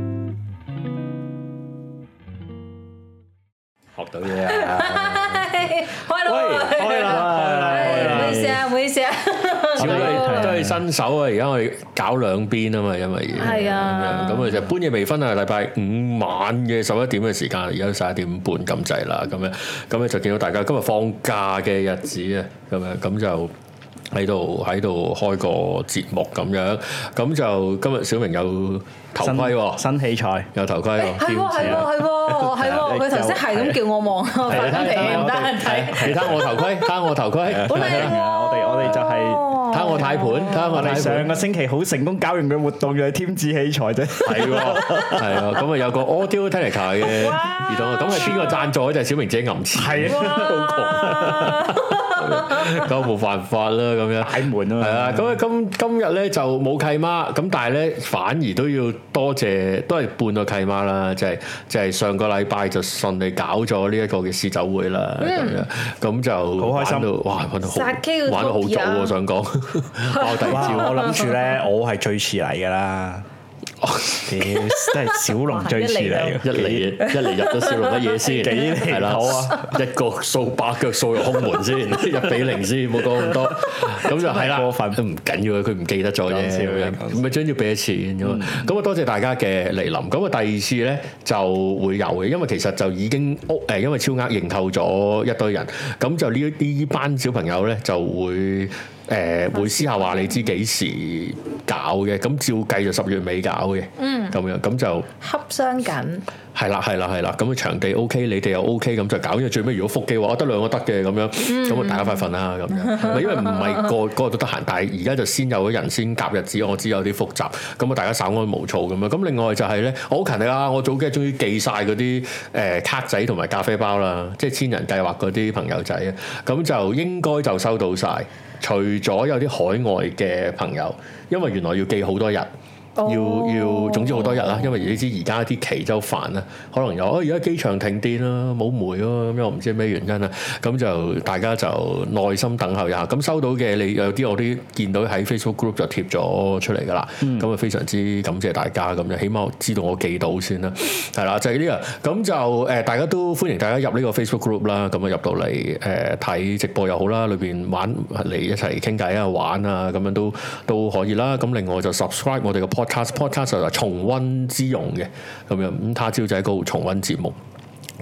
啊 啊新手啊，而家我哋搞兩邊啊嘛，因為係啊咁啊就半夜微分啊，禮拜五晚嘅十一點嘅時間，而家十一點半咁滯啦，咁樣咁啊咧就見到大家今日放假嘅日子啊，咁樣咁就。喺度喺度開個節目咁樣，咁就今日小明有頭新盔喎，新器材。有頭盔喎，啊係喎係喎係喎係喎，佢頭先係咁叫我望，啊我啊發緊脾氣唔得閒睇。你睇我頭盔，睇我頭盔，好靚係啊我哋我哋就 係睇我太盤，睇我我哋太上盤。個星期好成功搞完嘅活動，就係添置器材啫。係喎，係喎，咁啊有個 Audio Technica 嘅耳筒啊，咁係邊個贊助咧？就係小明姐揞錢，係啊，哇！咁冇辦法啦，咁樣。大門啊嘛。係啊，咁啊今今日咧就冇契媽，咁但係咧反而都要多謝，都係半個契媽啦，就係、就係、上個禮拜就順利搞咗呢一個嘅試酒會啦，咁、樣咁就好開心玩到哇，玩到好嗯殺 K 要玩到好托早爾啊喎，想 講我第二啊哇！朝我諗住咧，我係最遲嚟噶啦。屌，真係小龍最遲哦嚟嘅。一嚟一嚟入咗少龍乜嘢 先？幾離譜啊係啦，一個掃把腳掃入空門先， 一比零先，冇講咁多。咁就係啦，過分都唔緊要嘅，佢唔記得咗講笑啫嘅講。咪將要俾錢咁啊！咁啊，多謝大家嘅嚟臨。咁啊，第二次咧就會有嘅，因為其實就已經屋誒，因為超額認購咗一堆人，咁就呢呢班小朋友咧就會。誒、會私下話你知幾時搞嘅，咁照計就十月尾搞嘅，嗯，咁樣咁就洽商緊，係啦，係啦，係啦，咁嘅場地 OK，你哋又 OK，咁就搞。因為最尾如果腹肌話，我得兩個得嘅咁樣，咁啊大家快瞓啦咁樣。唔係因為唔係個個都得閒，但係而家就先有咗人先夾日子，我知有啲複雜，咁啊大家稍安無躁咁樣。咁另外就係咧，我好勤力啊！我早幾日終於記晒嗰啲誒卡仔同埋咖啡包啦，即係千人計劃嗰啲朋友仔啊，咁就應該就收到晒。除咗有啲海外嘅朋友，因為原來要記好多日。要要，總之好多日啦，因為你知而家啲期就煩啦，可能有哦，而家機場停電啦，冇煤啊咯，咁樣我唔知咩原因啦，咁就大家就耐心等候一下。咁收到嘅你有啲我啲見到喺 Facebook group 就貼咗出嚟㗎啦，咁啊非常之感謝大家咁樣，起碼我知道我記到先啦，係啦，就係呢樣。咁就誒、呃大家都歡迎大家入呢個 Facebook group 啦，咁啊入到嚟誒睇直播又好啦，裏邊玩嚟一齊傾偈啊、玩啊咁樣都都可以啦。咁另外就 subscribe 我哋嘅 podcast，podcast 就係重温之用嘅咁樣。咁他朝仔嗰度重温節目。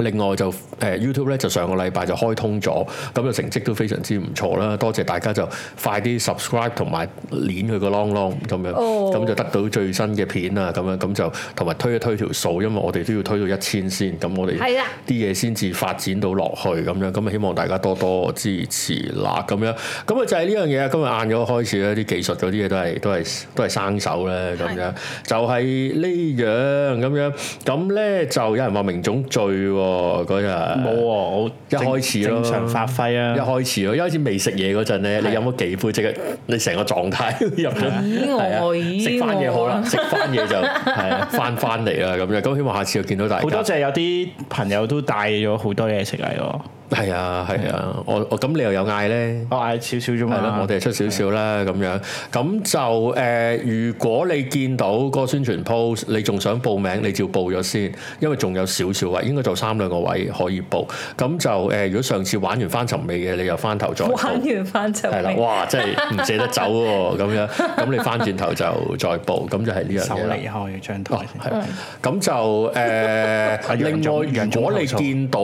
另外就誒、呃 YouTube 咧就上個禮拜就開通咗，咁就成績都非常之唔錯啦。多謝大家就快啲 subscribe 同埋攣佢個 long long 咁樣，咁、哦就得到最新嘅片啊，咁樣咁就同埋推一推條數，因為我哋都要推到一千先，咁我哋係啦啲嘢先至發展到落去咁樣，咁啊希望大家多多支持啦，咁樣咁啊就係呢樣嘢啊。今日晏咗開始咧，啲技術嗰啲嘢都係都係都係生手咧，咁樣就係呢樣咁樣。咁咧就有人話明總醉喎嗰日，冇啊喎，我一開始咯正常發揮一啊。開始咯，一開始未食嘢嗰陣咧，你飲咗幾杯即刻，你成個狀態入咗。啊咦我咦食翻嘢好啦，我食翻 嘢就係啊，翻翻嚟啦咁樣。咁希望下次又見到大家。好多謝有啲朋友都帶咗好多嘢食嚟喎。係啊係啊，我我咁你又有嗌咧？我嗌少少啫係嘛咯，。我哋出少少啦咁樣，咁就誒、呃如果你見到個宣傳 post，你仲想報名，你照報咗先，因為仲有少少位，應該就三兩個位可以報。咁就誒、呃如果上次玩完翻尋味嘅，你又翻頭再報玩完翻就係啦， 明哇！真係唔捨得走喎，咁樣咁你翻轉頭就再報，咁就係呢樣手嘢啦。離開張台哦，先。係，咁就誒，呃阿楊另總外楊如總果投你訴見到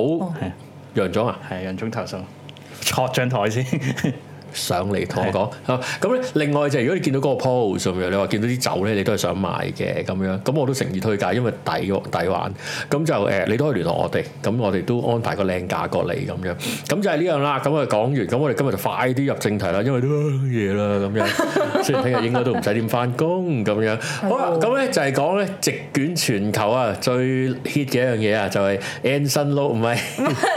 楊總啊。係人中投訴， 戳張台 先。上嚟同我講啊咁咧，另外就係如果你見到嗰個 post 咁樣，你話見到啲酒咧，你都係想買嘅咁樣，咁我都誠意推介，因為抵喎抵玩。咁就誒、呃你都可以聯絡我哋，咁我哋都安排個靚價過嚟咁樣。咁就係呢樣啦。咁啊講完，咁我哋今日就快啲入正題啦，因為都夜啦咁樣。雖然聽日應該都唔使點翻工咁樣。好啦，咁咧就係講咧席捲全球啊，最 hit 嘅一樣嘢啊，就係 Anson Lo 唔係。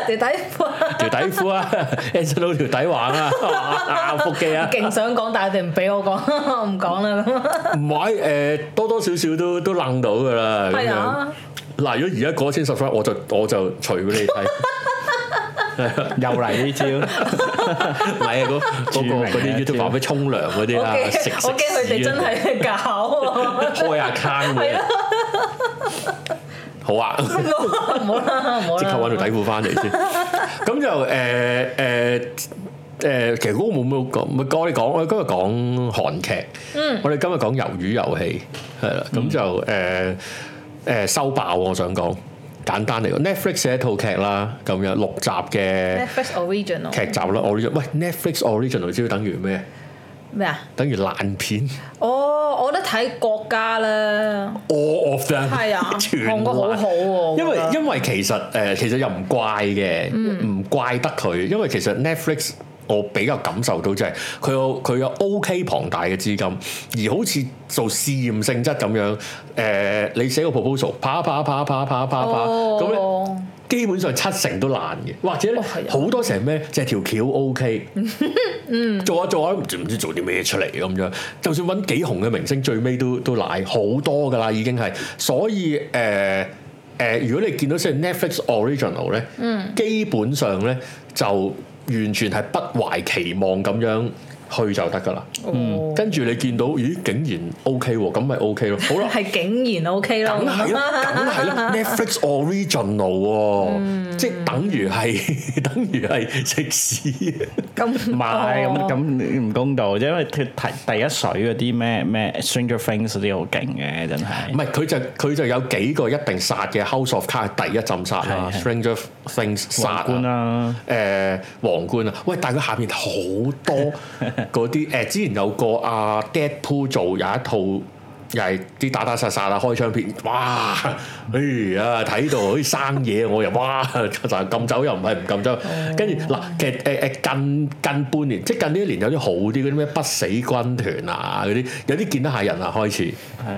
條底褲條底褲啊 ，Anson Lo 條底橫啊， 拗腹肌啊，勁想講，但係佢哋唔俾我講， 我唔講啦咁。唔買誒多多少少都都楞到噶啦咁係樣啊。嗱，如果而家嗰千十分，我就我就除俾你睇， 又嚟呢招，唔係啊嗰嗰明啊個嗰啲 YouTube 話咩沖涼嗰啲我啊，驚食食我驚佢哋屎啊真係啊搞我， 開 account 嘅，好啊。唔好啦唔好啦，即刻揾條底褲翻嚟先。咁就誒誒誒，呃其實嗰個冇冇講，唔係我哋講，我哋今日講韓劇，我哋今日講魷魚遊戲，係啦，咁就誒誒、收爆我想講，簡單嚟講，Netflix 係一套劇啦，咁樣六集嘅 Netflix original 劇集啦，original，喂 Netflix original 知唔知等於咩？咩啊？等於爛片哦，我覺得睇國家啦， ，all of them，係啊， 全韓國好爛好因喎，為我覺得因為其實誒、呃其實又唔怪嘅，嗯唔、怪得佢，因為其實 Netflix 我比較感受到就係佢有佢有 OK 龐大嘅資金，而好似做試驗性質咁樣誒、呃你寫個 proposal，啪啪啪啪啪啪啪咁咧。哦，基本上七成都爛嘅，或者咧哦係啊好、多成咩，就係條橋 O K，做嗯下做下唔知唔知做啲咩出嚟咁樣。就算揾幾紅嘅明星，最尾都都賴好多噶啦，已經係。所以誒誒、呃呃如果你見到即係 Netflix original 咧，嗯基本上咧就完全係不懷期望咁樣去就得噶啦。嗯，跟住你見到咦，竟然 O K 喎，咁咪 O K 咯。好啦。係竟然 OK 咯，梗係啦，梗係啦 ，Netflix original 喎、嗯即係等於係 等於係食屎。咁唔係咁哦咁唔公道，因為佢提第一水嗰啲咩咩 Stranger Things 嗰啲好勁嘅，真唔係。係佢就佢就有幾個一定殺嘅 House of Cards 係第一浸殺啦係係，Stranger Things 殺皇冠啊啦。啦，誒皇冠啊！喂，但係佢下邊好 多嗰啲誒，之前有個阿 Deadpool 做有一套，又係啲打打殺殺啊，開槍片，哇！哎呀，睇到好似生嘢，我又哇，就係禁酒又唔係唔禁酒，跟住嗱，其實誒誒近近半年，即係近呢一年有啲好啲嗰啲咩不死軍團啊嗰啲，有啲見得下人啊開始係，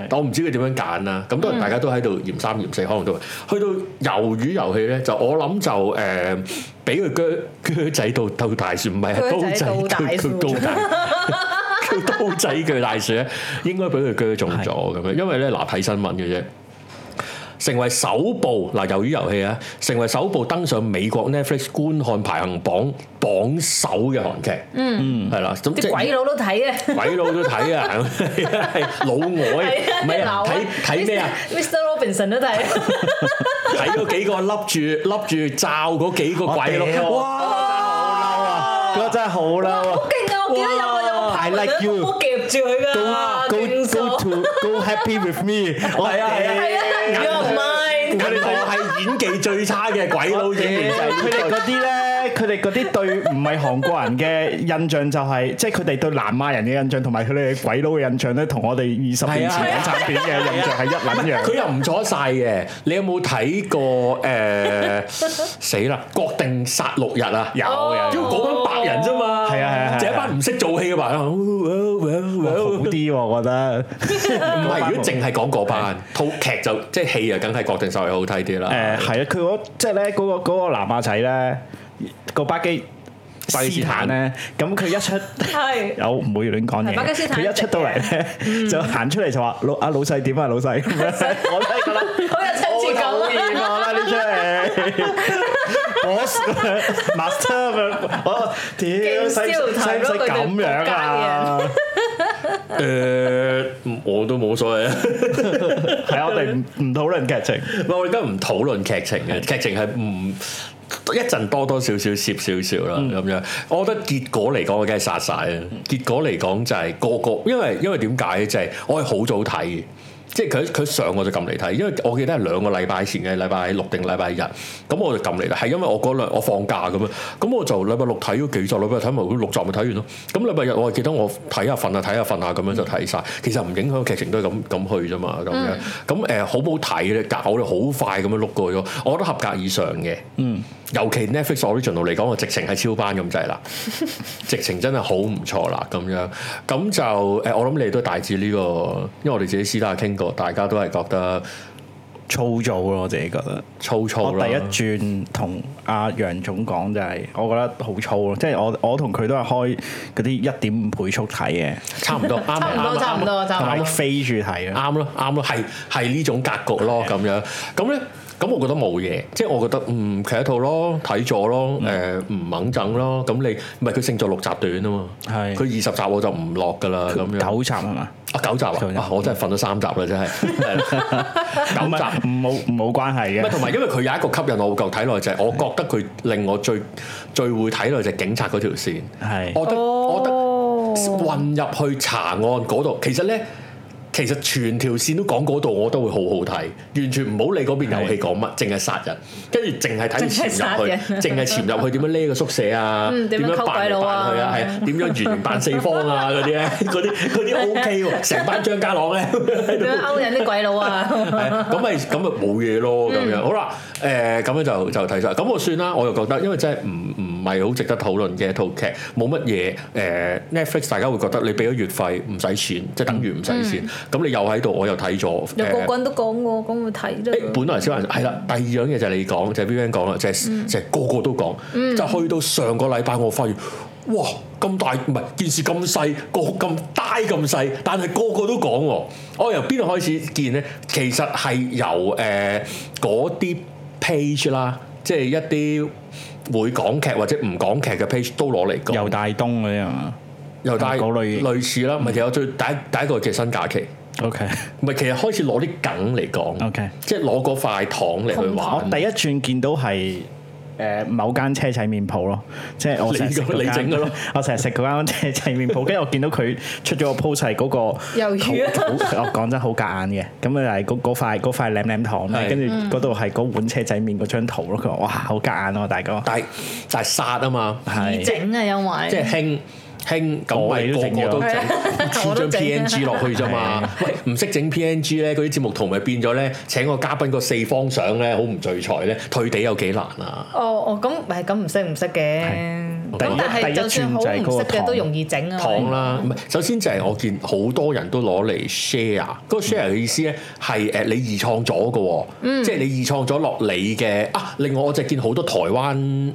但我唔知佢點樣揀啦。咁當然大家都喺度嫌三嫌四，可能都會去到魷魚遊戲咧，就我諗就誒俾佢鋸鋸仔到到大樹，唔係係鋸仔刀到大仔樹鋸刀大。叫 刀仔鋸大樹咧，應該俾佢鋸中咗咁樣，因為咧嗱睇新聞嘅啫。成為首部嗱，由於遊戲啊，成為首部登上美國 Netflix 觀看排行榜榜首嘅韓劇，嗯，係啦，咁即啲鬼係佬都睇嘅。鬼佬都睇 啊，係老外唔係啊，睇睇咩啊？ ？Mr. Robinson 都睇，睇嗰幾個 笠住笠住罩嗰幾個鬼我屌佬，哇！嗰個真係好嬲啊！好勁啊！我記得有個有個哇拍 I like 兩 you 個波夾住佢 Go 㗎， go 勁傻 go to go happy with me，我係啊係啊係啊，You're mine，真係好嬲啊！我係演技最差嘅鬼佬演員就係呢佢哋個嗰啲咧，佢哋嗰啲對唔係韓國人嘅印象就係，即係佢哋對南亞人嘅印象同埋佢哋嘅鬼佬嘅印象咧，同我哋二十年啊前港產片嘅印象係一撚樣。佢又唔錯晒嘅，你有冇睇過 誒死啦？國定殺戮日啊！有有因為有嗰班白人啫嘛，係啊係啊係啊就一班唔識做戲嘅白人。好啊唔啲喎，我覺 得。係，如果淨係講嗰班套劇就即係戲啊，梗係國定殺戮日好睇啲啦。誒係啊，佢嗰即係咧嗰個嗰個南亞仔咧，個巴基巴基斯斯坦坦咧，咁佢一出。 係有唔會亂講嘢係巴基斯嘅，坦嗯佢一出到嚟咧， 就行出嚟就話老啊老細點啊老 細咁樣，我都係覺得好有親切 感好討厭啊！我啦呢出嚟，boss master 咁樣，我屌使唔使使唔使咁樣啊？ 誒，我都冇所謂啊。係啊我哋唔唔討論劇情，唔係我哋而家唔討論劇情嘅，劇情係唔一陣多多少少涉少少啦咁樣。我覺得結果嚟講，我梗係殺晒啦。結果嚟講就係個個，因為因為點解咧？就係、我係好早睇嘅。即係佢佢上我就撳嚟睇，因為我記得係兩個禮拜前嘅禮拜六定禮拜日，咁我就撳嚟睇，係因為我嗰兩我放假咁樣，咁我就禮拜六睇咗幾集，禮拜日睇埋六集咪睇完咯。咁禮拜日我係記得我睇下瞓下睇下瞓下咁嗯樣就睇晒。其實唔影響劇情都係咁咁去啫嘛，咁樣咁誒好唔好睇咧？搞咧好快咁樣碌過咗，我覺得合格以上嘅。嗯，尤其 Netflix original 嚟講，我直情係超班咁滯 啦。直情真係好唔錯啦，咁樣咁就誒、我諗你哋都大致呢、個，因為我哋自己私底下傾過，大家都係覺得粗糙咯，我自己覺得。粗糙我哦啦。第一轉同阿楊總講就係，我覺得好粗咯，即係我我同佢都係開嗰啲一點五倍速睇嘅，差唔多，啱啊差唔啱多，差唔多，差唔同埋多。啊飛住睇咯。啊啱咯，啱咯，係係呢種格局咯，咁樣咁咧。咁我覺得冇嘢，即係我覺得嗯企喺度咯，睇咗咯，誒唔嗯肯整咯，咁你唔係佢勝在六集短啊嘛，係佢二十集我就唔落㗎啦咁樣。九集係嘛？啊九集啊九集啊，我真係瞓咗三集啦， 真係係啦唔九集係。唔冇唔冇關係唔係嘅。同埋因為佢有一個吸引我夠睇落就係，我覺得佢令我最最會睇落就係警察嗰條線。係我覺得我覺得哦，混入去查案嗰度，其實咧。其實全條線都講嗰度，我都會好好睇，完全唔好理嗰邊遊戲講乜，淨係殺人，跟住淨係睇淨潛入係去，淨殺係潛入去點樣匿個宿舍啊， 嗯點樣樣溝扮鬼佬嚟啊扮去啊，係點樣圓形扮四方啊嗰啲咧，嗰啲嗰啲 OK 喎，成班張家朗咧。點樣勾引啲 鬼佬啊？係啊咁咪咁咪冇嘢咯，咁樣好啦，誒咁樣就就睇晒，咁我啊算啦，我又覺得因為真係唔唔係好值得討論嘅一套劇，冇乜嘢誒 Netflix 大家會覺得你俾咗月費唔使錢，即係等於唔使錢，咁你又喺度我又睇咗有個誒。個人都講過，咁咪睇誒，啫。本來小人係啦，第二樣嘢就係你講，就係 Vivian 講啦，就係就係個個都講，就去到上個禮拜我發現，哇咁大唔係件事咁細，個咁大咁細，但係個個都講喎。我由邊度開始見咧？其實係由誒嗰啲 page 啦，即係一啲會講劇或者唔講劇嘅 page 都攞嚟游講，大東嗰啲係啊嘛又但嗰係類嗯類似啦，唔係其實我最第一第一個嘅新假期， ？OK 唔係其實開始攞啲梗嚟講， OK。即係攞嗰塊糖嚟去我玩。第一轉見到係誒某間車仔麵鋪咯，即係 我成日食嗰間你你整嘅咯， 我成日食嗰間車仔麵鋪，跟住我見到佢出咗個 post 係嗰個魷魚啊 好好我講真好夾硬嘅，咁啊咪係嗰嗰塊嗰塊舐舐糖咧，係跟住嗰度係嗰碗車仔麵嗰張圖咯，佢話哇好夾硬喎啊大哥，但係就係殺啊嘛，易係整啊，因為即係興興咁我咪哋都整咗啊個個都整係啊，黐我都張整 PNG 落去啫嘛。喂，唔識整 PNG 咧，嗰啲節目圖咪變咗咧？請個嘉賓個四方相咧，好唔聚財咧，退地有幾難啊？哦哦，咁唔係咁唔識唔識嘅。咁第一但係就算好唔第一轉就係嗰個識嘅糖都容易整啊。糖啦，唔係首先就係我見好多人都攞嚟 share，嗰個 share 嘅意思咧係誒你二創咗嘅喎，嗯即係你二創咗落你嘅啊。另外我就見好多台灣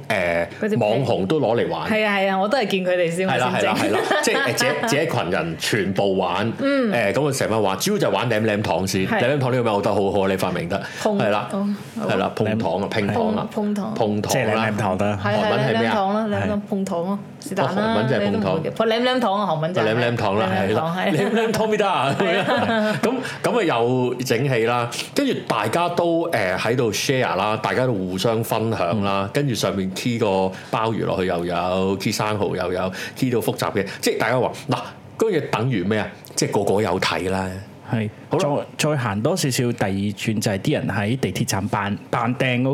誒嗰啲網紅都攞嚟玩。係啊係啊，我都係見佢哋先我係啦先係啦 係啦即整。，係誒自己自己一群人全部玩，誒咁我成班玩，主要就係玩舐舐糖先，嗯係舐舐糖呢個名我覺得好好，你發明得，碰係啦哦係啦，碰糖啊，拼糖啊，碰碰糖碰即係糖啊舐啦舐，糖得啦，係韓文係咩係舐啊糖啦，係舐碰糖咯，是但啦。哦韓文真係碰糖你都唔會嘅，舐舐糖啊，韓文就就係舐舐糖啦，舐係舐糖啦，舐係。舐糖邊得啊？ 咁咁啊又整戲啦，跟住大家都誒喺度 share 啦，大家都互相分享嗯啦，跟住上面 key 個鮑魚落去又有，key 生蠔又有，key 到複雜嘅，即係大家話嗱嗰樣嘢等於咩啊？即係個個有睇啦。係，好啦再再行多少少第二轉就係啲人喺地鐵站扮扮掟嗰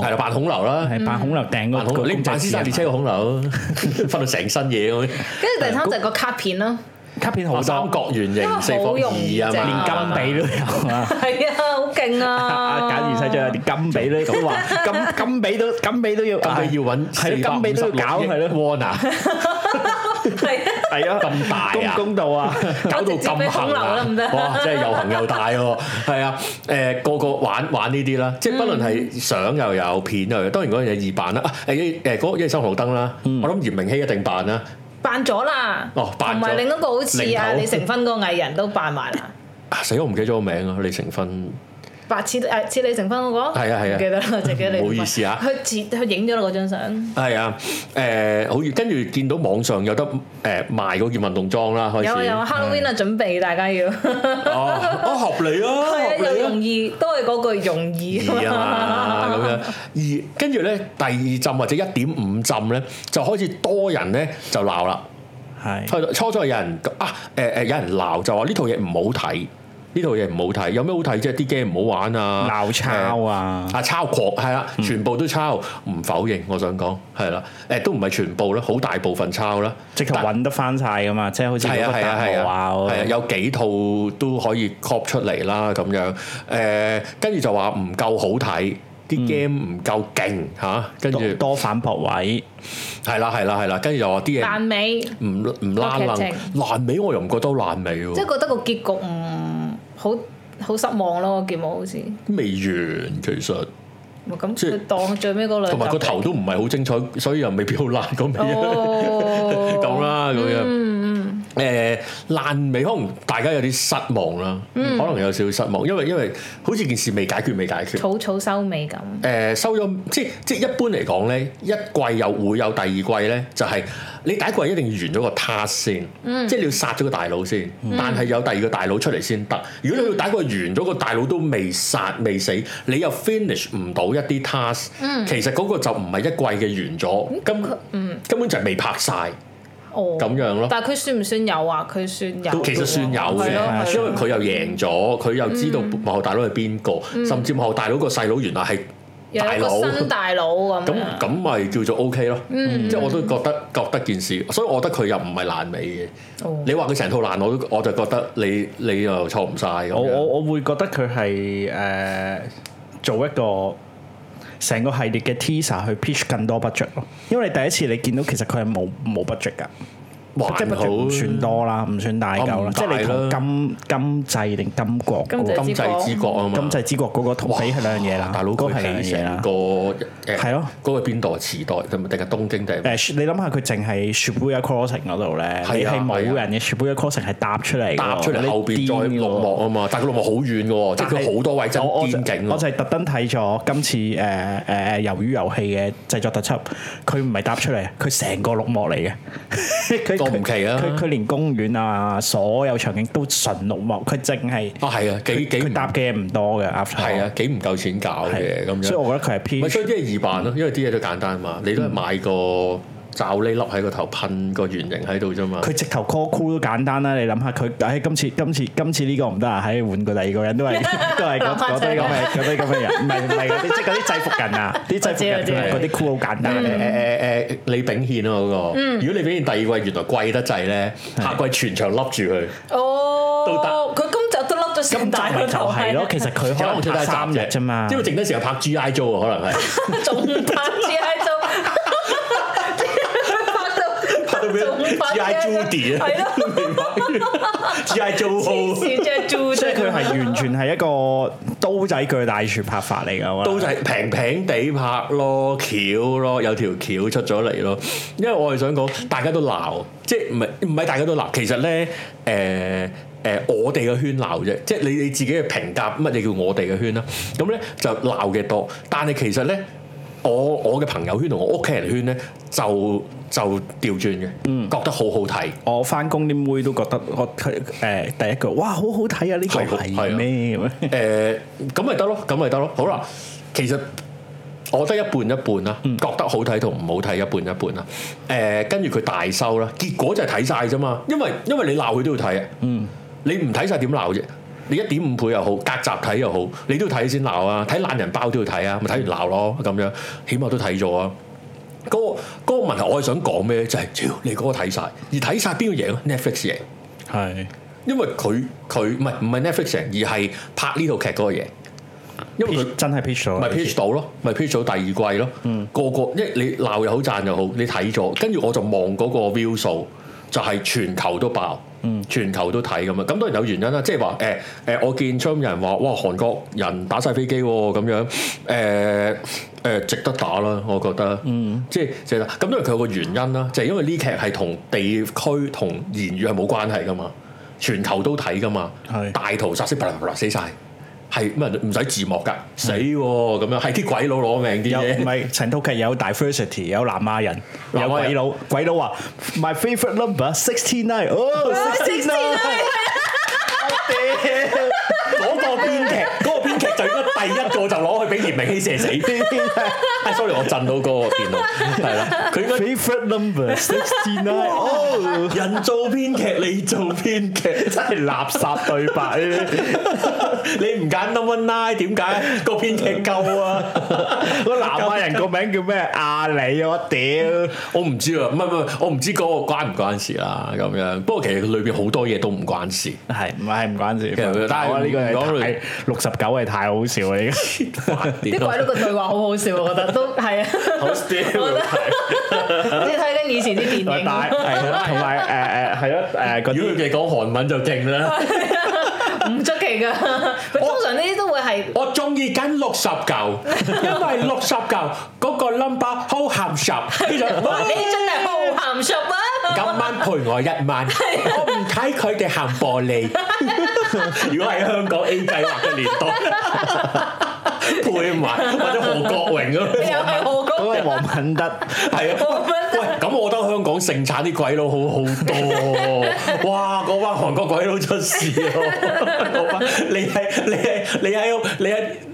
係個，啦，扮恐流啦，哦係扮孔流扮掟嗰恐個流，你公唔仔啊扮先生紙列車個恐 流，瞓到成身嘢咁樣。跟住第三就係個卡 片啦，卡片好三多，角圓因為形好四方容易二啊整嘛，連金幣都有啊。係啊，好勁 啊！啊！簡易西裝有啲金比咧，都話金金比都金比都要，金幣要揾係咯，金比都要搞係咯，咯 w a n a 係啊，係啊，咁大啊公唔公道啊！搞到咁行啊！哇，真係又行又大喎，係啊，誒個個玩玩呢啲啦，即嗯係不論係相又有片又有，當然嗰樣嘢易辦啦，啊誒誒嗰一生紅燈啦，嗯我諗嚴明熙一定辦啦，扮咗啦。哦扮咗同埋另一個好似啊，零頭李成芬嗰個藝人都扮埋啦。啊死我唔記得咗個名啊，李成芬。白似誒似李成芬嗰個，係啊係啊唔記得啦，就記得你。唔好意思啊佢似佢影咗啦嗰張相，係啊，誒好似跟住見到網上有得誒賣嗰件運動裝啦，開始有啊有啊，Halloween 啊，準備大家要。 哦，哦合理啊，係啊，合理又啊容。易，都係嗰句容易二啊嘛 咁樣，二跟住咧第二浸或者一點五浸咧，就開始多人咧就鬧啦。係初初初有人啊誒誒、有人鬧就話呢套嘢唔好睇，呢套嘢唔好睇，有咩好睇啫？啲 game 唔好玩啊，鬧抄啊嗯誒啊抄狂係啦，全部都抄，唔否認，我想講係啦，誒都唔係全部啦，好大部分抄啦，直頭但揾得翻晒噶嘛，即係好似係嗰啊個係啊係蛋啊，啊係啊有幾套都可以 cop 出嚟啦咁樣。誒、跟住就話唔夠好睇，啲 game 唔夠勁嚇，跟住多多反駁位，係啦係啦係啦，跟住就話啲嘢爛尾，唔唔拉個劇楞情爛尾，我又唔覺得爛尾即係喎，覺得個結局唔好好失望咯，個結目好似。未完其實，嗯咁即係佢當最尾嗰兩集同埋個頭都唔係好 精彩，所以又未必好爛個尾啊哦嗯咁啦咁樣。誒、誒爛尾，可能大家有啲失望啦，嗯可能有少少失望，因為因為好似件事未解決，未解決。草草收尾咁。誒、呃收咗，即即一般嚟講咧，一季又會有第二季咧，就係、你第一季一定要完咗個 task 先，嗯即係你要殺咗個大佬先，但係有第二個大佬出嚟先得。如果你到第一季完咗個大佬都未殺未死，你又 finish 唔到一啲 task，、其嗯實嗰個就唔係一季嘅完咗，根根本就係未拍晒。哦，咁樣咯嗯但係佢算唔算有啊？佢算有，其實算有係咯係嘅，咯嗯因為佢又贏咗，佢又知道幕後大佬係邊個，甚至幕後大佬個細佬原來係有大一個佬。新大佬咁咁啊樣。咁咪叫做 O K 咯，即係我都覺得覺得件事，所以我覺得佢又唔係爛尾嘅。哦你話佢成套爛，我都我就覺得你你又錯唔晒咁我樣。我我會覺得佢係誒做一個成個系列嘅 teaser 去 pitch 更多 budget 咯，因為你第一次你見到其實佢係冇冇 budget 㗎。即還係 budget 唔算好多啦，唔算大嚿我唔，啦即係你同大啦金金制定金國嗰金個制金濟之國啊嘛，金制之國嗰個同比係兩樣嘢啦，大佬佢嗰個係兩樣起嘢成啦個。誒係咯嗰個邊度啊？池袋定定係東京定係？誒，你諗下佢淨係 Shibuya Crossing 嗰度咧，係啊你係冇係啊人嘅 Shibuya Crossing 係搭出嚟㗎喎，搭出嚟後邊再哦你癲㗎喎綠幕啊嘛，但係個綠幕好遠嘅喎，即係但係佢好多位真我我係就邊境我啊。就係特登睇咗今次誒誒誒魷魚遊戲嘅製作特輯，佢唔係搭出嚟，佢成個綠幕嚟嘅。 佢都唔奇啊佢佢連公園啊，所有場景都純綠幕，佢淨係啊係啊，幾幾佢唔搭嘅嘢唔多嘅。after 係啊，幾唔夠錢搞 all，嘅咁樣。所以我覺得佢係唔係，所以 P 啲嘢易辦咯，因為啲嘢都簡單嘛。你都係買個罩呢粒喺個頭噴個圓形喺度啫嘛。佢直頭 call cool 都簡單啦，你諗下佢，唉，今次今次今次呢個唔得啊，唉，換個第二個人都 係都係嗰嗰堆咁嘅嗰堆咁嘅人，唔係唔係嗰啲即係嗰啲制服人 啊，啲制服我人知我知嗰啲 cool 好簡單誒嘅。誒誒，李炳憲啊嗰個，嗯如果李炳憲第二季原來貴得滯咧，下季全場笠住佢，哦，佢今集都笠咗咁成就大個咪就頭，係咯，其實佢可可能能最低拍集三日啫嘛，因為剩低時間拍 G I Joe 啊，可能 係仲拍住喺度，拍到仲拍 G I Judy 啊係咯， ，G I Joe 黐 Ho 線啫，做即係啫佢係完全係一個刀仔鋸大樹拍法嚟㗎，我覺得都就係平平地拍咯，橋咯，有條橋出咗嚟咯。因為我係想講，大家都鬧，即係唔係唔係大家都鬧。其實咧，誒、誒、我哋嘅圈鬧啫，即係你你自己嘅評價乜嘢叫我哋嘅圈啦。咁咧就鬧嘅多，但係其實咧，我我嘅朋友圈同我屋企人圈咧就就調轉嘅，覺得好好睇。我翻工啲妹都覺得我佢誒第一句哇好好睇啊呢個係啊係係啊咩咁樣？誒呃咁咪得咯，咁咪得咯。好啦，其實我覺得一半一半啦，覺得好睇同唔好睇一半一半啦。誒、跟住佢大收啦，結果就係睇晒啫嘛。因為因為你鬧佢都要睇啊。嗯，你唔睇晒點鬧啫？你一點五倍又好，隔集睇又好，你都要睇先鬧啊！睇懶人包都要睇啊，咪睇完鬧咯咁樣，起碼都睇咗啊！嗰、個嗰個問題我係想講咩？就係、屌你嗰個睇晒，而睇晒邊個贏啊？Netflix 贏。係因為佢佢唔係唔係 Netflix 人，而係拍呢套劇嗰個嘢，因為佢 pitch- 真係 pitch 咗咪啦， pitch 到咯，咪 pitch 到第二季咯，個個一你鬧又好讚又好，你睇咗，跟住我就望嗰個 view 數，就係、全球都爆。全球都睇咁樣，咁當然有原因啦，即係話誒誒，我見 Trump 有人話哇韓國人打晒飛機喎、咁樣誒誒、值得打啦，我覺得，嗯、即係即係咁當然佢有個原因啦，就係、因為呢劇係同地區同言語係冇關係噶嘛，全球都睇噶嘛係，大屠殺先啪啦啪啦死晒。係咩？唔使字幕㗎，死喎咁樣，係啲鬼佬攞命啲有啫唔。係成套劇有 diversity，有南亞人，南有亞人鬼佬，鬼佬話 my favourite number sixty nine，哦 sixty nine。嗰個編劇，嗰個編劇就應該第一個就攞去俾葉明熙射死。哎，sorry，我震到個電腦，係啦，佢應 該 Favorite number sixty nine，哦，人做編劇，你做編劇，真係垃圾對白呢啲。 你唔揀 number nine 點解？個編劇夠啊！ 個南亞人個名叫咩？阿里啊！我屌，我唔知啊，唔係唔係，我唔知嗰個關唔關事啦咁樣。不過其實佢裏邊好多嘢都唔關事。係唔係唔關事實佢但係我呢個唔講係佢太六十九係太好笑啦！呢啲啲鬼佬個對話好好笑，我覺得都係啊，好 still 我覺得好似睇緊以前啲個電影，大係啦，同埋誒誒係咯誒嗰如果啲佢哋講韓文就勁啦。唔出奇㗎。佢通常呢啲都會係。我中意緊六十 九，因為六十九嗰個 number 好鹹濕。呢種 哇！呢真係好鹹濕啊！啊今晚陪我一晚，我唔睇睇佢哋行玻 璃。如果係香港 A 計劃嘅年代， 配埋或者何國榮咁樣。又係我哥，嗰個黃品德，係 啊，喂，咁我覺得香港盛產啲鬼佬好好 多，哇！嗰班韓國鬼佬出事咯，嗰班 你喺你喺你喺你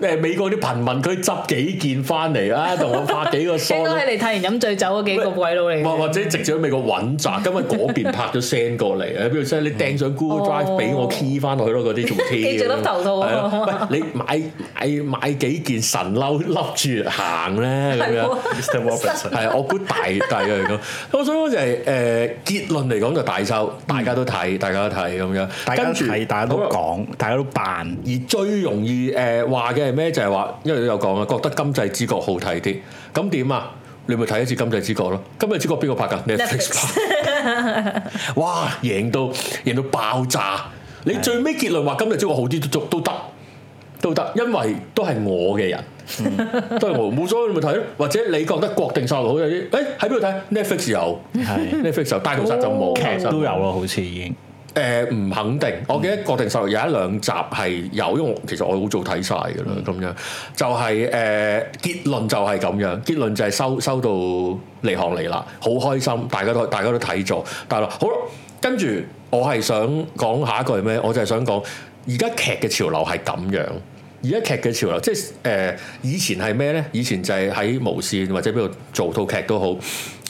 喺誒美國啲貧民區執幾件翻嚟啊，同我拍幾個應 該 show 咯係嚟睇完飲醉酒嗰幾個鬼佬嚟或嘅。或者直接喺美國揾咋，今日啊嗰邊拍咗 send 過嚟，啊喺邊度 send？你掟上 Google 哦 Drive 俾我 key 翻落去咯，嗰啲仲 key 記住咁粒頭套啊係啊喂，你買買買幾件神褸笠住行咧咁樣。 Mr. Robertson 係啊，我估大 大嘅嚟講，我想講就係誒結論嚟講就大收，大家都睇，大家都睇咁樣，大家都跟住睇，大家都好啦講，大家都扮。而最容易誒話嘅係咩？就係話，因為你有講啊，覺得今際之國好睇啲，咁點啊？你咪睇一次《今際之國》咯，《今際之國》邊個拍㗎 Netflix ？Netflix 拍，哇！贏到贏到爆炸！你最尾結論話《今際之國》好啲都都得，都得，因為都係我嘅人，都係我冇所謂，你咪睇咯。或者你覺得國定殺戮好睇啲？誒喺邊度睇？Netflix 有係，Netflix 有，大屠殺就冇，劇都有咯，好似已經誒呃唔肯定，我記得《國定殺戮》有一兩集係有，因為我其實我好早睇晒㗎啦，咁樣就係、誒、結論就係咁樣，結論就係收收到離行離啦，好開心，大家都大家都睇咗，但係好啦，跟住我係想講下一句係咩？我就係想講而家劇嘅潮流係咁樣。而家劇嘅潮流，即係誒、呃以前係咩咧？以前就係喺無線或者邊度做套劇都好，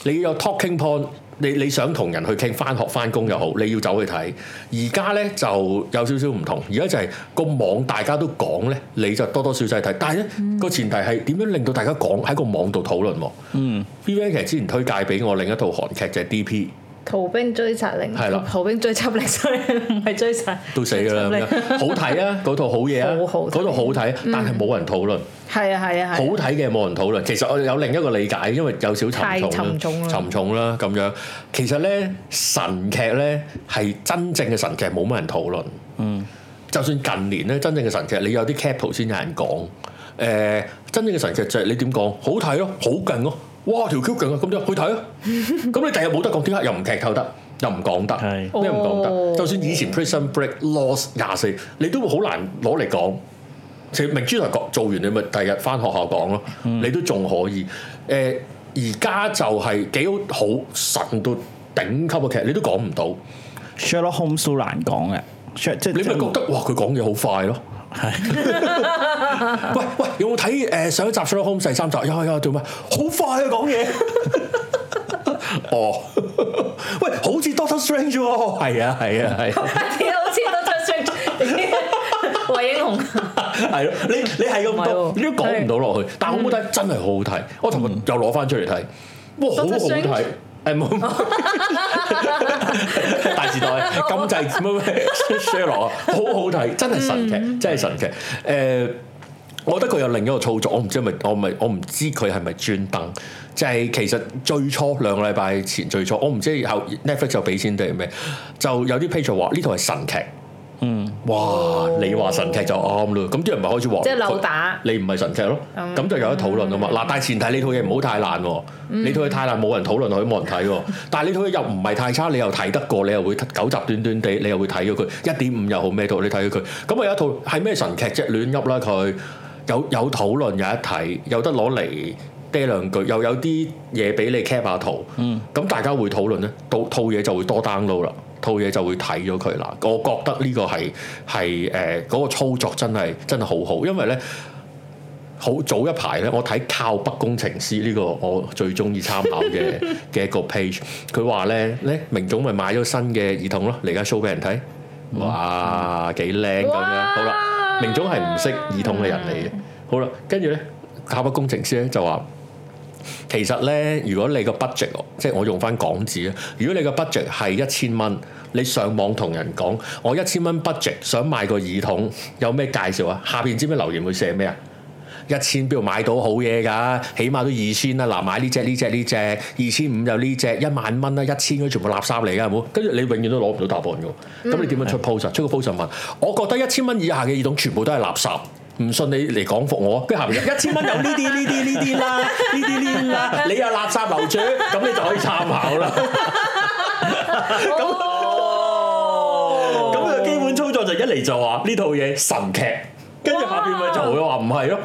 你有 talking point，你你想同人去傾，翻學翻工又好，你要走去睇。而家咧就有少少唔同，而家就係個網大家都講咧，你就多多少少睇。但係咧個前提係點樣令到大家講喺個網度討論喎？嗯 v v 其實之前推介俾我另一套韓劇就係 D.P。逃兵追殺令，係啦逃兵追緝 令，所以唔係追殺，都死㗎啦，咁追緝令樣好睇啊！嗰套好嘢啊，好好睇嗰套好睇，但係冇人討論。係啊係啊好係啊。睇嘅冇人討論，其實我有另一個理解，因為有少沉重啦太沉重啦沉重啦咁樣。其實咧神劇咧係真正嘅神劇冇乜人討論，嗯，就算近年咧真正嘅神劇，你有啲 cap 先有人講，誒、真正嘅神劇就係你點講，好睇咯，好勁咯，哇條 Q 勁啊，咁就去睇咯，咁你第日冇得講，點解又唔劇透得，又唔講得，係咩唔講哦得？就算以前 Prison Break Lost 廿四，你都會好難攞嚟講。其實明珠台講做完，你咪第日翻學校講咯，你都仲可以。誒、呃而家就係幾好好神到頂級嘅劇，你都講唔到， Sherlock Holmes 都難講嘅，Sher- 即係你咪即係覺得哇佢講嘢好快咯。喂喂，有冇睇誒上一集《Sherlock Holmes》第三集？有有做咩？好快啊講嘢。 哦， 喂，好似 Doctor Strange 喎。係啊係啊 係啊。屌好似都得出魏英雄，係咯，你你係咁多唔係喎，嗯你都講唔到落去。但係好唔好睇？真係好好睇，我琴日又攞翻出嚟睇，哇，好好 Doctor Strange？睇！誒冇，大時代金濟乜乜 Sherlock 啊，好好睇，真係神嗯劇，真係神劇。誒，我覺得佢有另一個操作，我唔知係咪，我咪我唔知佢係咪專登。就係其實最初兩個禮拜前最初，我唔知後 Netflix 就俾錢定係咩，就有啲 page 就話呢套係神劇。哇！你話神劇就啱啦，咁啲人咪開始話嗯即係扭打你唔係神劇咯，咁就有得討論啊嘛。嗱，但係前提你套嘢唔好太爛喎，你套嘢太爛冇人討論佢冇人睇喎。但係你套嘢又唔係太差，你又睇得過，你又會九集短短地，你又會睇咗佢一點五又好咩套，你睇咗佢。咁啊有一套係咩神劇啫？亂噏啦佢，有有討論有得睇，有得攞嚟。嗲兩句，又有啲嘢俾你 cap 下圖，咁、大家會討論咧，到套嘢就會多 download 啦，套嘢就會睇咗佢啦。我覺得呢個係係誒嗰個操作真係真係好好，因為咧好早一排咧，我睇靠北工程師呢、個我最中意參考嘅嘅一個 page，佢話咧咧明總咪買咗新嘅耳筒咯，嚟而家 show 俾人睇，哇幾靚咁樣，哇好啦，明總係唔識耳筒嘅人嚟嘅，好啦，跟住咧靠北工程師咧就話。其實咧，如果你個 budget，即係我用翻港紙啊，如果你個 budget 係一千蚊，你上網同人講，我一千蚊 budget 想買個耳筒，有咩介紹啊？下邊知唔知留言會寫咩啊？一千邊度買到好嘢㗎？起碼都二千啦！嗱，買呢只呢只呢只，二千五就呢只，一萬蚊啦，一千嗰啲全部垃圾嚟㗎，係冇？跟住你永遠都攞唔到答案㗎喎。咁你點樣出 post 啊？出個 post 就問，我覺得一千蚊以下嘅耳筒全部都係垃圾。唔信你嚟講服我，啊跟住下面一千蚊有呢啲呢啲呢啲啦，呢啲呢啲啦，你有垃圾樓主，咁你就可以參考啦。咁嚟就話呢套嘢神劇，跟住下邊咪就會話唔係咯，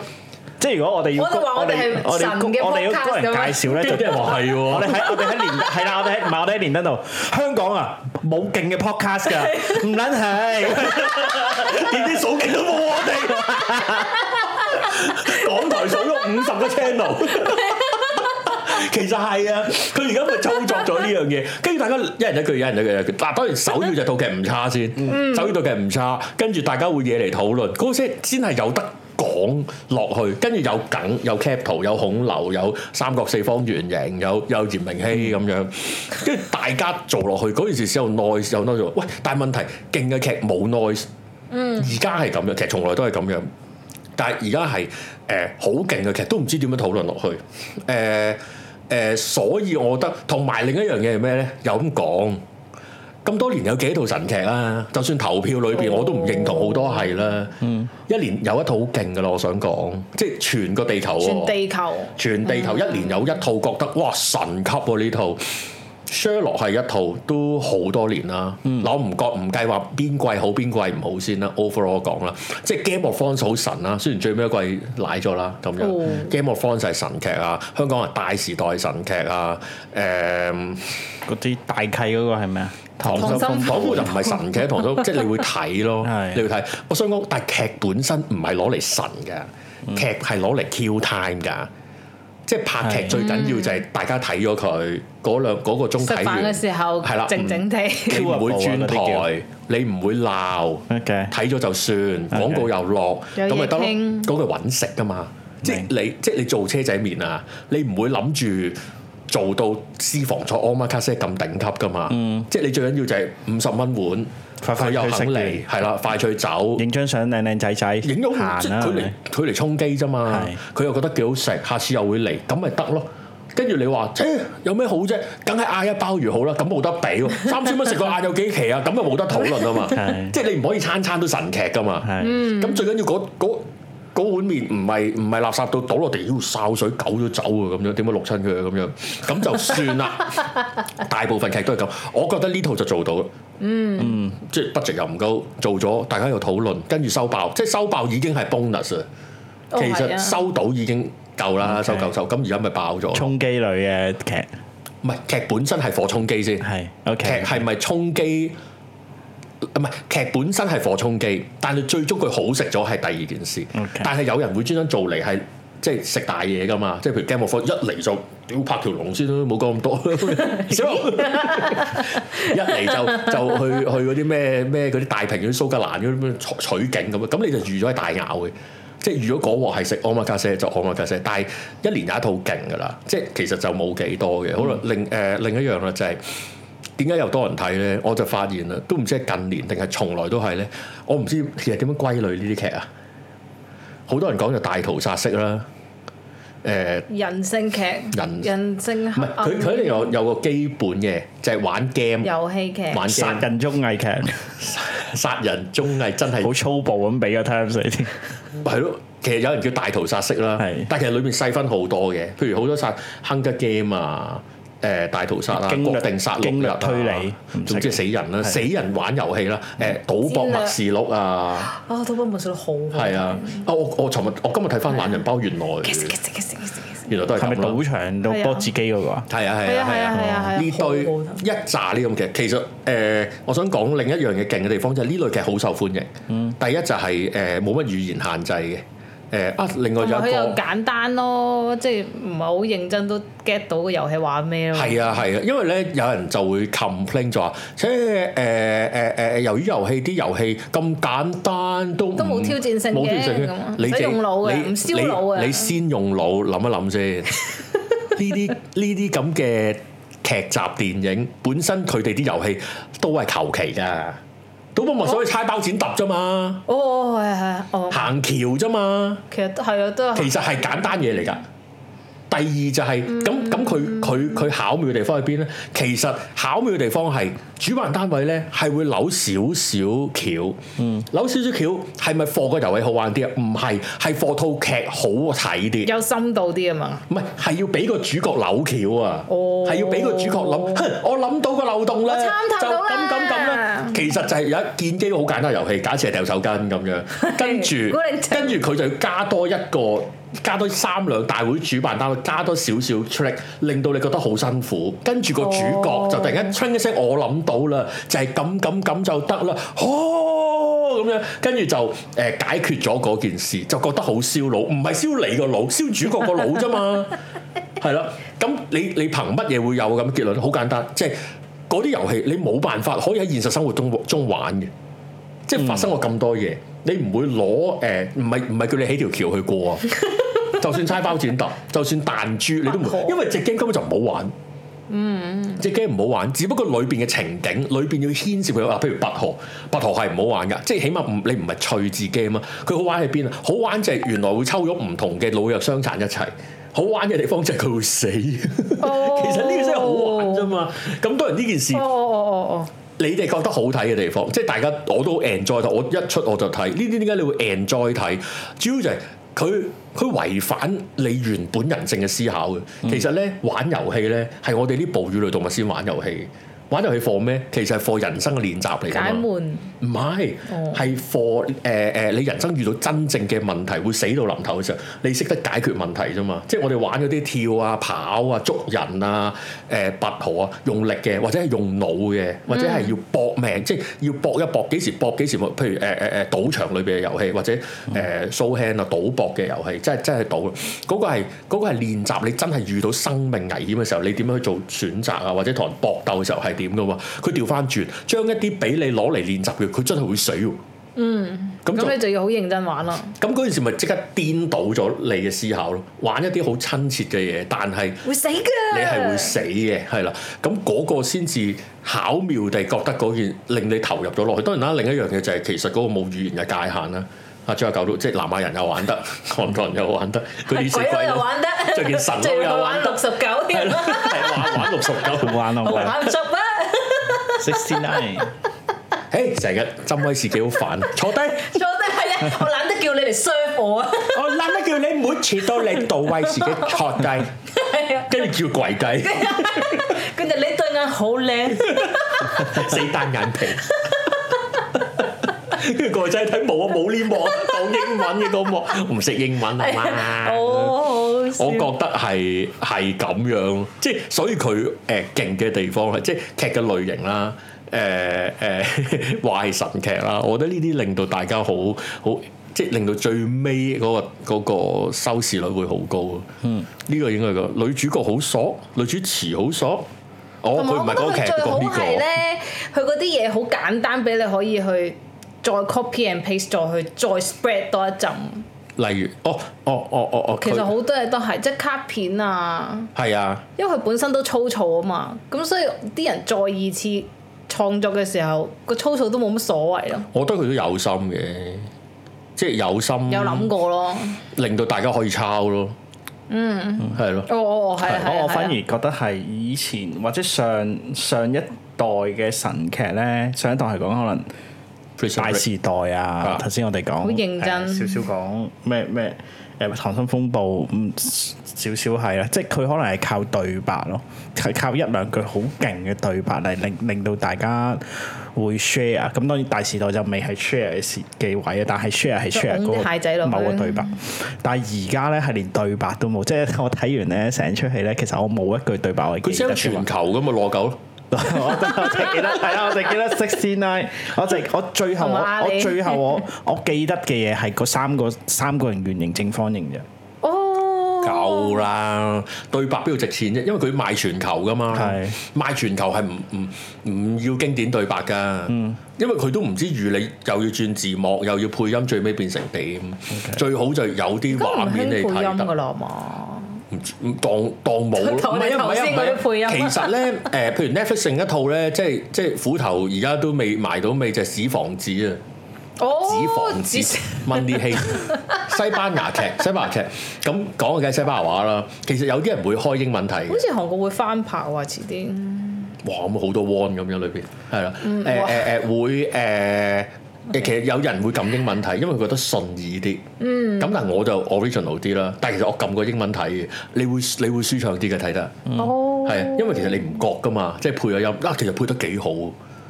即係如果我哋要我就話我哋係我哋神嘅我哋要 podcast 高人咁樣介紹咧，跟住就啲人話係我喎哋。喺我哋喺連係啦，我哋喺唔係我哋喺連登度，香港啊冇勁嘅 podcast 㗎，唔撚係，點知數極都冇我哋，港台數咗五十個 channel。其實係啊，佢而家咪操作咗呢樣嘢，跟住大家一人一句，一人一句，一人一句。嗱，當然首要就套劇唔差先，首要套劇唔差，跟住大家會惹嚟討論，嗰個先先係有得講落去，跟住有梗，有 cap 圖，有孔劉，有三角四方圓形，有有嚴明熙咁樣，跟住大家做落去嗰件事先有 noise，有 noise。喂，但係問題勁嘅劇冇 noise。而家係咁樣，其實從來都係咁樣。但係而家係誒好勁嘅劇，都唔知點樣討論落去。誒、誒、所以我覺得同埋另一樣嘢係咩咧？又咁講，咁多年有幾套神劇嗯啦？就算投票裏邊我都唔認同好多係啦。嗯一年有一套好勁嘅啦，我想講，即係全個地球喎全地球全地球一年有一套覺得哇神級喎、呢套。Sherlock 係一套都好多年啦，嗱我唔覺唔計話邊季好邊季唔好先啦，overall 講啦，即係 Game of Thrones 好神啦，雖然最尾一季奶咗啦咁樣、哦 g a m e of Thrones 係神劇啊，香港係大時代神劇啊，誒、嗰啲大契嗰個係咩啊？唐心風唐就唔係神劇，唐 僧即係你會睇咯係，你會睇。我想講，但係劇本身唔係攞嚟神嘅，劇係攞嚟 kill time 㗎。即係拍劇係最緊要就係大家睇咗佢嗰兩嗰個鐘食睇飯完嘅，時候係啦靜靜地， 你唔會轉 Killable 啊嗰台，你唔會鬧， OK 睇咗就算，廣告又落，有嘢咁咪得咯。傾嗰個係揾食㗎嘛，即係你即係你做車仔麵啊，你唔會諗住。做到私房菜 o m a k a s e 咁頂級㗎嘛？即係你最緊要就係五十蚊碗，嗯快快佢又脆食肯嚟，係啦，快脆走，影張相靚靚仔仔，影到行啊啦即係佢係嚟咪佢嚟充機啫嘛，佢又覺得幾好食，下次又會嚟，咁咪得咯。跟住你話，切有咩好啫？梗係嗌一鮑魚好啦，咁冇得比喎。三千蚊食個嗌有幾期啊？咁就冇得討論啊嘛。 係即係你唔可以餐餐都神劇噶嘛。嗯係。嗯咁最緊要嗰嗰嗰碗面唔係唔係垃圾到倒落地，妖潲水狗咗走啊咁樣，點解淥親佢啊咁樣？咁就算啦。 大部分劇都係咁，我覺得呢套就做到啦。嗯，即係 budget 又唔高，做咗大家又討論，跟住收爆，即係收爆已經係 bonus 啦。嗯哦其係實啊收到已經夠啦， OK 收夠收，咁而家咪爆咗。衝機類嘅劇唔係劇本身係火衝機先，係劇 OK，係咪衝機？唔係劇本身係火衝機，但係最終佢好食咗係第二件事。 OK 但係有人會專登做嚟係即係食大嘢㗎嘛？即係譬如 Game of Thrones 一嚟就屌拍條龍先啦，冇講咁多。 小龍一嚟就就去去嗰啲咩咩嗰啲大平原蘇格蘭嗰啲咩取取景咁樣，咁你就預咗係大咬嘅。即係預咗嗰鑊係食 o m a k a s e 就 o m a k a s e 但係一年有一套勁㗎啦，即係其實就冇幾多嘅。好啦，另誒、嗯另一樣啦就係、點解又多人睇咧？我就發現啦，都唔知係近年定係從來都係咧。我唔知其實點樣歸類呢啲劇啊。好多人講就大屠殺式啦，誒、人性劇、人人性唔黑係暗佢佢一定有有個基本嘅，就係、玩 game 遊戲劇，玩殺 game 人綜藝劇，殺人綜藝真係好粗暴咁俾個 terms 你添。係咯，其實有人叫大屠殺式啦係，但其實裏面細分好多嘅，譬如好多殺 Hunger Game 啊。誒、大屠殺啊，經略國定殺戮日啊經略推理唔識總之死人啦，係死人玩遊戲啦，誒、賭博默示錄啊，啊，都不滿數好好，係啊，啊我我尋日我今日睇翻懶人包，原來 kiss kiss kiss kiss kiss，原來都係係咪咁啦賭場到係啊波子機嗰個啊？係啊係啊係係啊係啊啊係啊係啊，呢堆好好睇一紮呢咁嘅，其實誒、呃我想講另一樣嘢勁嘅地方就係呢類劇好受歡迎。第一就係誒冇乜語言限制嘅，誒、啊，另外有同埋佢一又個。簡單咯，即係唔係好認真都 get 到個遊戲玩咩咯。係啊係啊，因為咧有人就會 complain 就話，即係誒誒誒，由於遊戲啲遊戲咁簡單都唔都冇挑戰性嘅冇挑戰性咁啊你唔使自己用腦嘅你唔燒腦嘅你你先用腦諗一諗先。呢 啲呢啲咁嘅劇集電影本身佢哋啲遊戲都係求其㗎，賭博默所謂猜包剪揼啫嘛，哦，係係哦，行橋啫嘛。其實都係啊，都係其實係簡單嘢嚟㗎。第二就係咁嗯咁佢佢佢巧妙嘅地方喺邊咧？其實巧妙嘅地方係主辦單位咧係會扭少少橋，扭少少橋係咪貨個遊戲好玩啲啊？唔係，係貨套劇好睇啲。有深度啲啊嘛，唔係，係要俾個主角扭橋啊！哦係要俾個主角諗，哼我諗到個漏洞咧，我參就透到咁啦咁咁啦。其實就係有一見機好簡單嘅遊戲，假設係掉手巾咁樣，跟住 古靈精跟住佢就要加多一個，加多三兩大會主辦單位，加多少少 trick，令到你覺得好辛苦。跟住個主角就突然間 tring 一聲，我諗到啦，就係咁咁咁就得啦，哦咁樣，跟住就誒、呃解決咗嗰件事，就覺得好燒腦，唔係燒你個腦，燒主角個腦啫嘛。係啦，咁你你憑乜嘢會有咁結論？好簡單，即係嗰啲遊戲你冇辦法可以喺現實生活中中玩嘅，即係發生過咁多嘢，你唔會攞誒，唔係唔係叫你起條橋去過啊！ 就算猜包剪揼，就算彈珠，你都唔不可會，因為隻 game 根本就唔好玩。嗯，隻 game 唔好玩，只不過裏邊嘅情景，裏邊要牽涉佢啊，譬如拔河，拔河係唔好玩噶，即係起碼唔你唔係趣字 game 啊，佢好玩喺邊啊？好玩就係原來會抽咗唔同嘅老弱傷殘一齊，好玩嘅地方就係佢會死。哦 其實呢個真係好玩啫嘛。咁當然呢件事哦哦哦你哋覺得好睇嘅地方，即係大家我都 enjoy 睇，我一出我就睇。呢啲點解你會 enjoy 睇？主要就係佢佢違反你原本人性嘅思考嘅。其實咧玩遊戲咧係我哋啲哺乳類動物先玩遊戲嘅。玩遊戲 for 咩？其實係 for 人生嘅練習嚟哦，㗎解嘛。悶唔係哦，係 for 誒誒，你人生遇到真正嘅問題，會死到臨頭嘅時候，你識得解決問題啫嘛。即係我哋玩嗰啲跳啊、跑啊、捉人啊、誒、拔河啊，用力嘅，或者係用腦嘅，或者係要搏命，即係要搏一搏，幾時搏幾時搏。譬如誒誒誒，賭場裏邊嘅遊戲，或者誒、show hand 啊、賭博嘅遊戲，真係真係賭。嗰、個係嗰、個係練習，你真係遇到生命危險嘅時候，你點樣去做選擇啊，或者同人搏鬥嘅時候係點噶嘛？佢調翻轉，將一啲俾你攞嚟練習嘅，佢真係會死喎。嗯，咁就咁你就要好認真玩啦。咁嗰件事咪即刻顛倒咗你嘅思考咯，玩一啲好親切嘅嘢，但係會死㗎。你係會死嘅，係啦。咁嗰個先至巧妙地覺得嗰件令你投入咗落去。當然啦，另一樣嘢就係其實嗰個冇語言嘅界限啦。啊，最後搞到即係南亞人又玩得， 韓國人又玩 得，佢哋四鬼佬鬼又佬玩得，着件 神褸 仲又要玩玩得六十九係添，咯，係玩玩六十九， 玩啊落去玩唔熟啊咩？ sixty nine，誒成日浸威士忌好煩， 坐低。坐低係啊，我懶得叫你嚟 serve 我啊，我諗得叫你每次到你度威士忌坐低，係啊，跟住叫跪低，佢哋你對眼好靚，死單眼皮。 跟住個仔睇冇啊冇呢幕，講英文嘅嗰幕，唔識英文啊嘛。哦，好笑我覺得係係咁樣，即係所以佢誒勁嘅地方係即係劇嘅類型啦，誒 誒話係神劇啦，我覺得呢啲令到大家好好。即係令到最尾嗰、個嗰個收視率會好高啊！嗯，呢個應該係個女主角好索，女主持好索。哦，同埋佢唔係我覺講得劇，佢最好講呢、啊係咧，佢嗰啲嘢好簡單，俾你可以去再 copy and paste，再去再 spread 多一陣。個。例如，哦哦哦哦哦，其實佢好多嘢都係即係卡片啊，係啊，因為佢本身都粗糙啊嘛，咁所以啲人再二次創作嘅時候，個粗糙都冇乜所謂咯，我覺得佢都有心嘅，即係有心，有諗過咯。令到大家可以抄咯。嗯，係咯。哦哦哦，係啊係啊我我反而係啊覺得係以前或者上上一代嘅神劇咧，上一代係講可能。 Prison 大 Break 時代啊！頭先我哋講好認真少少講咩咩誒溏心風暴，嗯少少係啦，即係佢可能係靠對白咯，係靠一兩句好勁嘅對白嚟令令到大家會 share。咁當然大時代就未係 share 嘅時嘅位啊，但係 share 係就 share 拱啲蟹仔嗰落個去某個對白。但係而家咧係連對白都冇，即係我睇完咧成出戲咧，其實我冇一句對白我係佢記 sell 得嘅嘛全球咁咪攞狗咯， 我真我淨記得係啦，我淨記得 sixty nine，我淨我最後同我埋阿我里最後我 我記得嘅嘢係嗰三個三個人圓形正方形啫，哦，夠啦！對白邊度值錢啫？因為佢賣全球噶嘛係，賣全球係唔唔唔要經典對白噶，嗯因為佢都唔知預你又要轉字幕，又要配音，最尾變成點？最好就有咁啲唔畫興面你配睇音啊得噶。啦嘛，唔知唔當當冇 咯，當唔你係啊唔頭係啊先唔係啊嗰啲配音其 實咧，誒、譬如 Netflix 另一套咧，即係即係虎頭而家都未埋到尾就係屎房子啊！只哦，防止只 Money Hate 西班牙劇，西班牙劇咁講嘅梗係西班牙話啦。其實有啲人會開英文睇嘅 好，似韓國會翻拍喎，遲啲。哇咁好多 one 咁樣裏邊係啦，誒嗯哇誒誒會誒。誒其實有人會撳英文睇，因為佢覺得順耳啲。嗯。咁但係我就 original 啲啦，但係其實我撳過英文睇嘅，你會你會舒暢啲嘅睇得。哦，係啊，因為其實你唔覺噶嘛，即係配咗音，啊，其實配得幾好，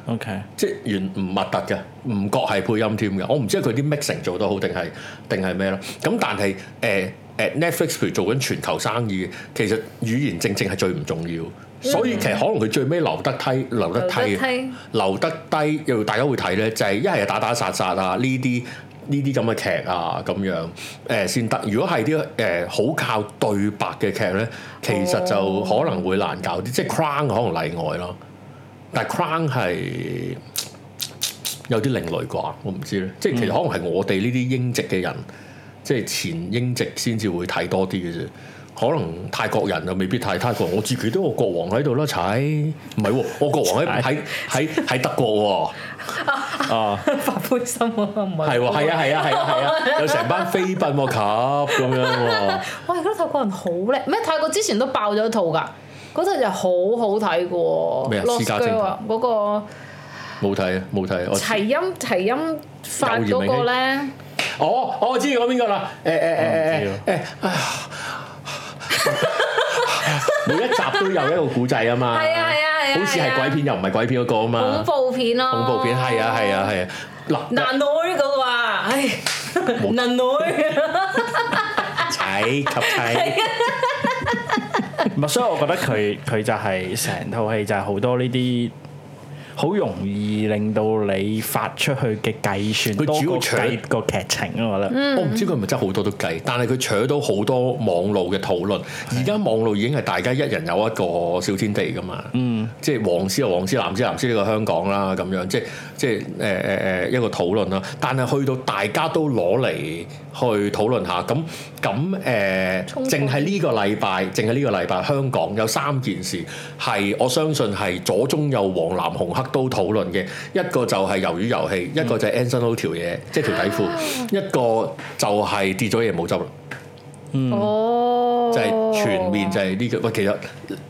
OK，即係原唔核突嘅，唔覺係配音添嘅。我唔知佢啲 mixing 做得好定係定係咩啦。咁但係誒誒 Netflix 譬如做緊全球生意，其實語言正正係最唔重要。所以其實可能佢最尾留得低，留留得低得低，留得低，又大家會睇咧，就係一係打打殺殺啊呢啲呢啲咁嘅劇啊咁樣誒先得。如果係啲誒好靠對白嘅劇咧，其實就可能會難搞啲，即係 Crown 可能例外咯。但係 Crown 係有啲另類啩，我唔知咧。即係其實可能係我哋呢啲英籍嘅人，即係前英籍先至會睇多啲嘅啫。可能泰國人就未必睇泰國，我自己都有國王喺度啦，踩唔係喎，我國王喺喺喺喺德國喎。 哦， 發灰心啊，唔係。係喎，係啊，係啊，係啊，係啊，有成班飛奔喎，及咁樣喎，哇！而家泰國人好叻，咩泰國之前都爆咗一套㗎，嗰套就好好睇嘅喎。咩啊 Lost 私家偵探 Girl 啊嗰個冇睇啊，冇睇啊，我知齊音齊音發有嗰嚴明個咧，哦，我知講邊個啦，誒誒誒啊我唔誒誒，哎呀 每一集都有一個古仔啊嘛， 係啊係啊係啊好似係鬼片又唔係鬼片嗰個啊恐嘛，怖片咯。恐怖片係啊係啊係啊，嗱難女嗰個啊，唉，難女踩及踩，唔係，所以我覺得佢佢就係成套戲就係好多呢啲。好容易令到你發出去嘅計算，佢主要多過搶計個劇情啊！我覺得，我唔知佢係咪真係好多都計，但係佢扯到好多網路嘅討論。而家網路已經係大家一人有一個小天地噶嘛，嗯，即係黃絲啊黃絲，藍絲藍絲呢個香港啦咁樣，即係即係誒誒誒一個討論啦。但係去到大家都攞嚟去討論下，咁咁誒，衝淨突係呢個禮拜，淨係呢個禮拜香港有三件事係我相信係左中右黃藍紅黑都討論嘅，一個就係魷魚遊戲，一個就係 Anson Lo 條嘢，即係條底褲，一個就係跌咗嘢冇執啦。哦，嗯就係全面就係呢、個。喂，其實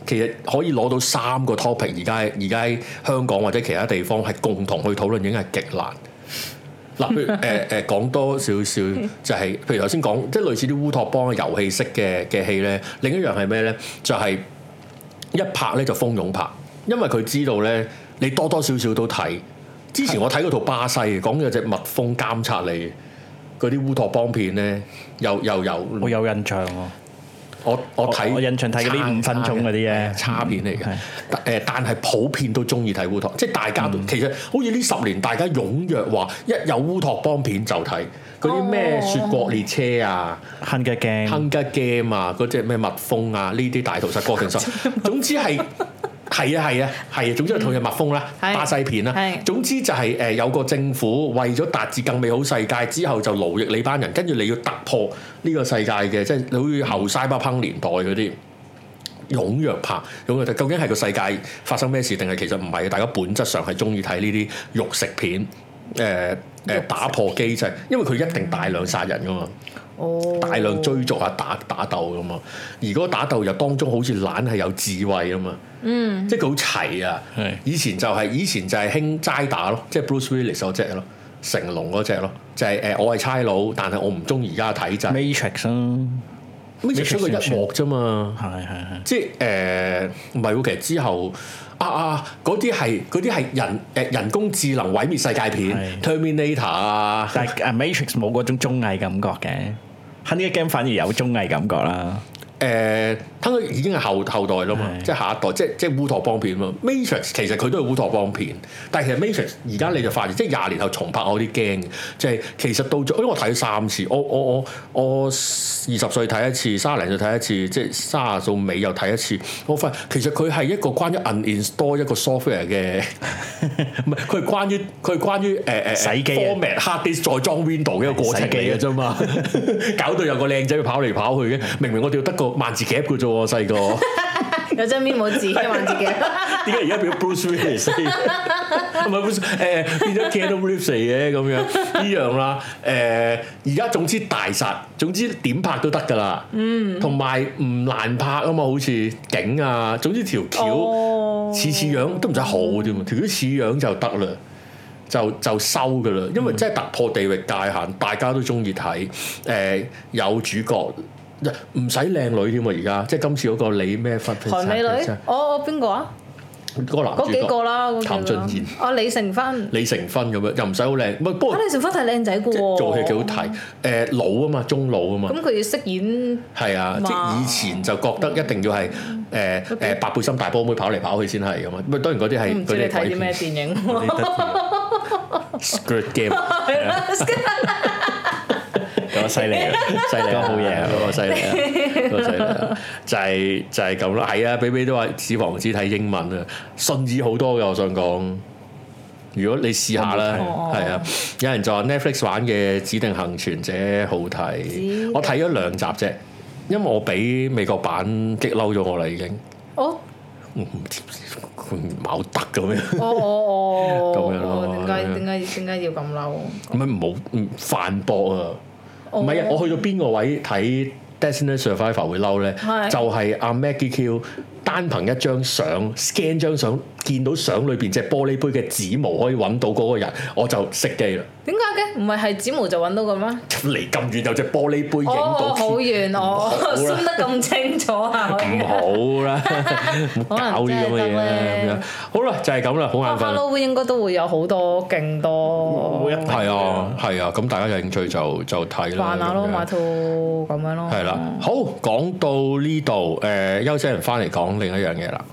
其實可以攞到三個 topic，而家而家喺香港或者其他地方係共同去討論，已經係極難。嗱，譬如誒誒講多少少就係、譬如頭先講，即係類似啲烏托邦嘅遊戲式嘅嘅戲咧。另一樣係咩咧？就係、一拍咧就蜂擁拍，因為佢知道咧，你多多少少都睇。之前我睇嗰套巴西嘅，講有隻蜜蜂監察你嗰啲烏托邦片咧，又又有我有印象喎。我我睇我我印象睇嗰啲五分鐘嗰啲咧差片嚟嘅係。但誒，但係普遍都中意睇烏托，即係大家都嗯其實好似呢十年，大家踴躍話一有烏托邦片就睇嗰啲咩《雪國列車》啊。恨嘅《鏡， Hunger Game》啊，嗰只咩蜜蜂啊，呢啲大屠殺、過程殺，總之係係啊係啊係啊，總之係套只蜜蜂啦，係巴西片啦係，總之就係誒有個政府為咗達至更美好世界之後，就勞役你班人，跟住你要突破呢個世界嘅，即係你好似後西巴烹年代嗰啲。踴躍拍，踴躍睇，究竟係個世界發生咩事，定係其實唔係？大家本質上係中意睇呢啲肉食片，誒、誒、打破機制，因為佢一定大量殺人噶嘛。哦大量追逐啊打打鬥咁啊，而嗰個打鬥又當中好似懶係有智慧啊嘛，嗯，即係佢好齊啊係。以前就係、以前就係興齋打咯，即係 Bruce Willis 嗰只咯，成龍嗰只咯，就係、誒、我係差佬，但係我唔中意而家嘅體制， Matrix 啦，咩出過一幕啫嘛。係係係。即係誒唔係喎，其實之後啊啊嗰啲係嗰啲係人誒、人工智能毀滅世界片係，Terminator 啊，但係啊 Matrix 冇嗰種綜藝感覺嘅，喺呢個 game 反而有綜藝感覺啦。誒，睇佢呃已經係後後代啦嘛，係即係下一代，即係即係烏托邦片嘛。Matrix 其實佢都係烏托邦片，但係其實 Matrix 而家你就發現，即係廿年後重拍我有啲驚嘅，就係、其實到咗，因為我睇咗三次，我我我我二十歲睇一次，三十零歲睇一次，即係三十到尾又睇一次。我發現其實佢係一個關於 uninstall 一個 software 嘅，唔係佢係關於佢係關於誒誒、呃、洗機啊 format hard disk 再裝 window 嘅一個過程嚟嘅啫 嘛，搞到有個靚仔跑嚟跑去嘅，明明我哋得個萬字夾嘅啫喎，細個有張面冇自己玩自 己，點解而家變咗 Bruce Willis？唔係 Bruce，誒變咗 Keanu Reeves 嚟嘅咁樣呢樣啦。誒而家總之大殺，總之點拍都得㗎啦。嗯，同埋唔難拍啊嘛，好似景啊，總之條哦橋似似樣都唔使好添啊，條橋似樣就得啦。就就收㗎啦，因嗯為真係突破地域界限，大家都中意睇。誒、有主角，唔使靚女添啊！而家即係今次嗰個李咩忽韓美女，我我邊個啊？嗰個男嗰主幾個角啦，嗰幾個啦譚俊彥、哦李成芬，李成芬咁樣，又唔使好靚，唔係不過啊李成芬係靚仔嘅即係喎，做戲幾好睇。誒老啊嘛，中老啊嘛，咁佢要飾演係啊，即係以前就覺得嗯一定要係誒誒白背心大波妹跑嚟跑去先係咁啊。唔係當然嗰啲我係嗰唔知你啲係睇鬼啲咩片電影喎， 嗰啲得意 Squid Game 係啦 咁啊犀利 啊！犀利啊，好嘢啊嗰個犀利啊，嗰個犀利啊，就係就係咁啦。係啊，比比都話史房子睇英文啊，信意好多嘅，我想講。如果你試下啦，哦係啊，有人就話 Netflix 玩嘅《指定幸存者》好睇，我睇咗兩集啫，因為我俾美國版激嬲咗我啦，已經我唔知佢唔係好得咁樣。我我我咁樣咯我哦點解咁樣點解點解要咁嬲？唔係唔好唔反駁啊！哦唔係啊，我去到邊個位睇 Destiny Survivor 會嬲咧？係就係阿 Maggie Q 單憑一張相 scan 張相，見到相裏邊隻玻璃杯嘅指模可以揾到嗰個人，我就熄機啦！點解嘅？唔係係指模就揾到嘅咩？離咁遠有隻玻璃杯影我到我哦好貼，遠，我好啦 zoom 得咁清 楚啊！我唔好 啦，唔好搞啲咁嘅嘢啦咁樣。好啦，就係咁啦，好眼瞓。 Halloween 應該都會有好多勁多會一定哦係啊，係啊，咁大家有興趣就就睇啦。扮下咯，咁樣買套咁樣咯。係啦，好講到呢度，誒、休息人翻嚟講另一樣嘢啦。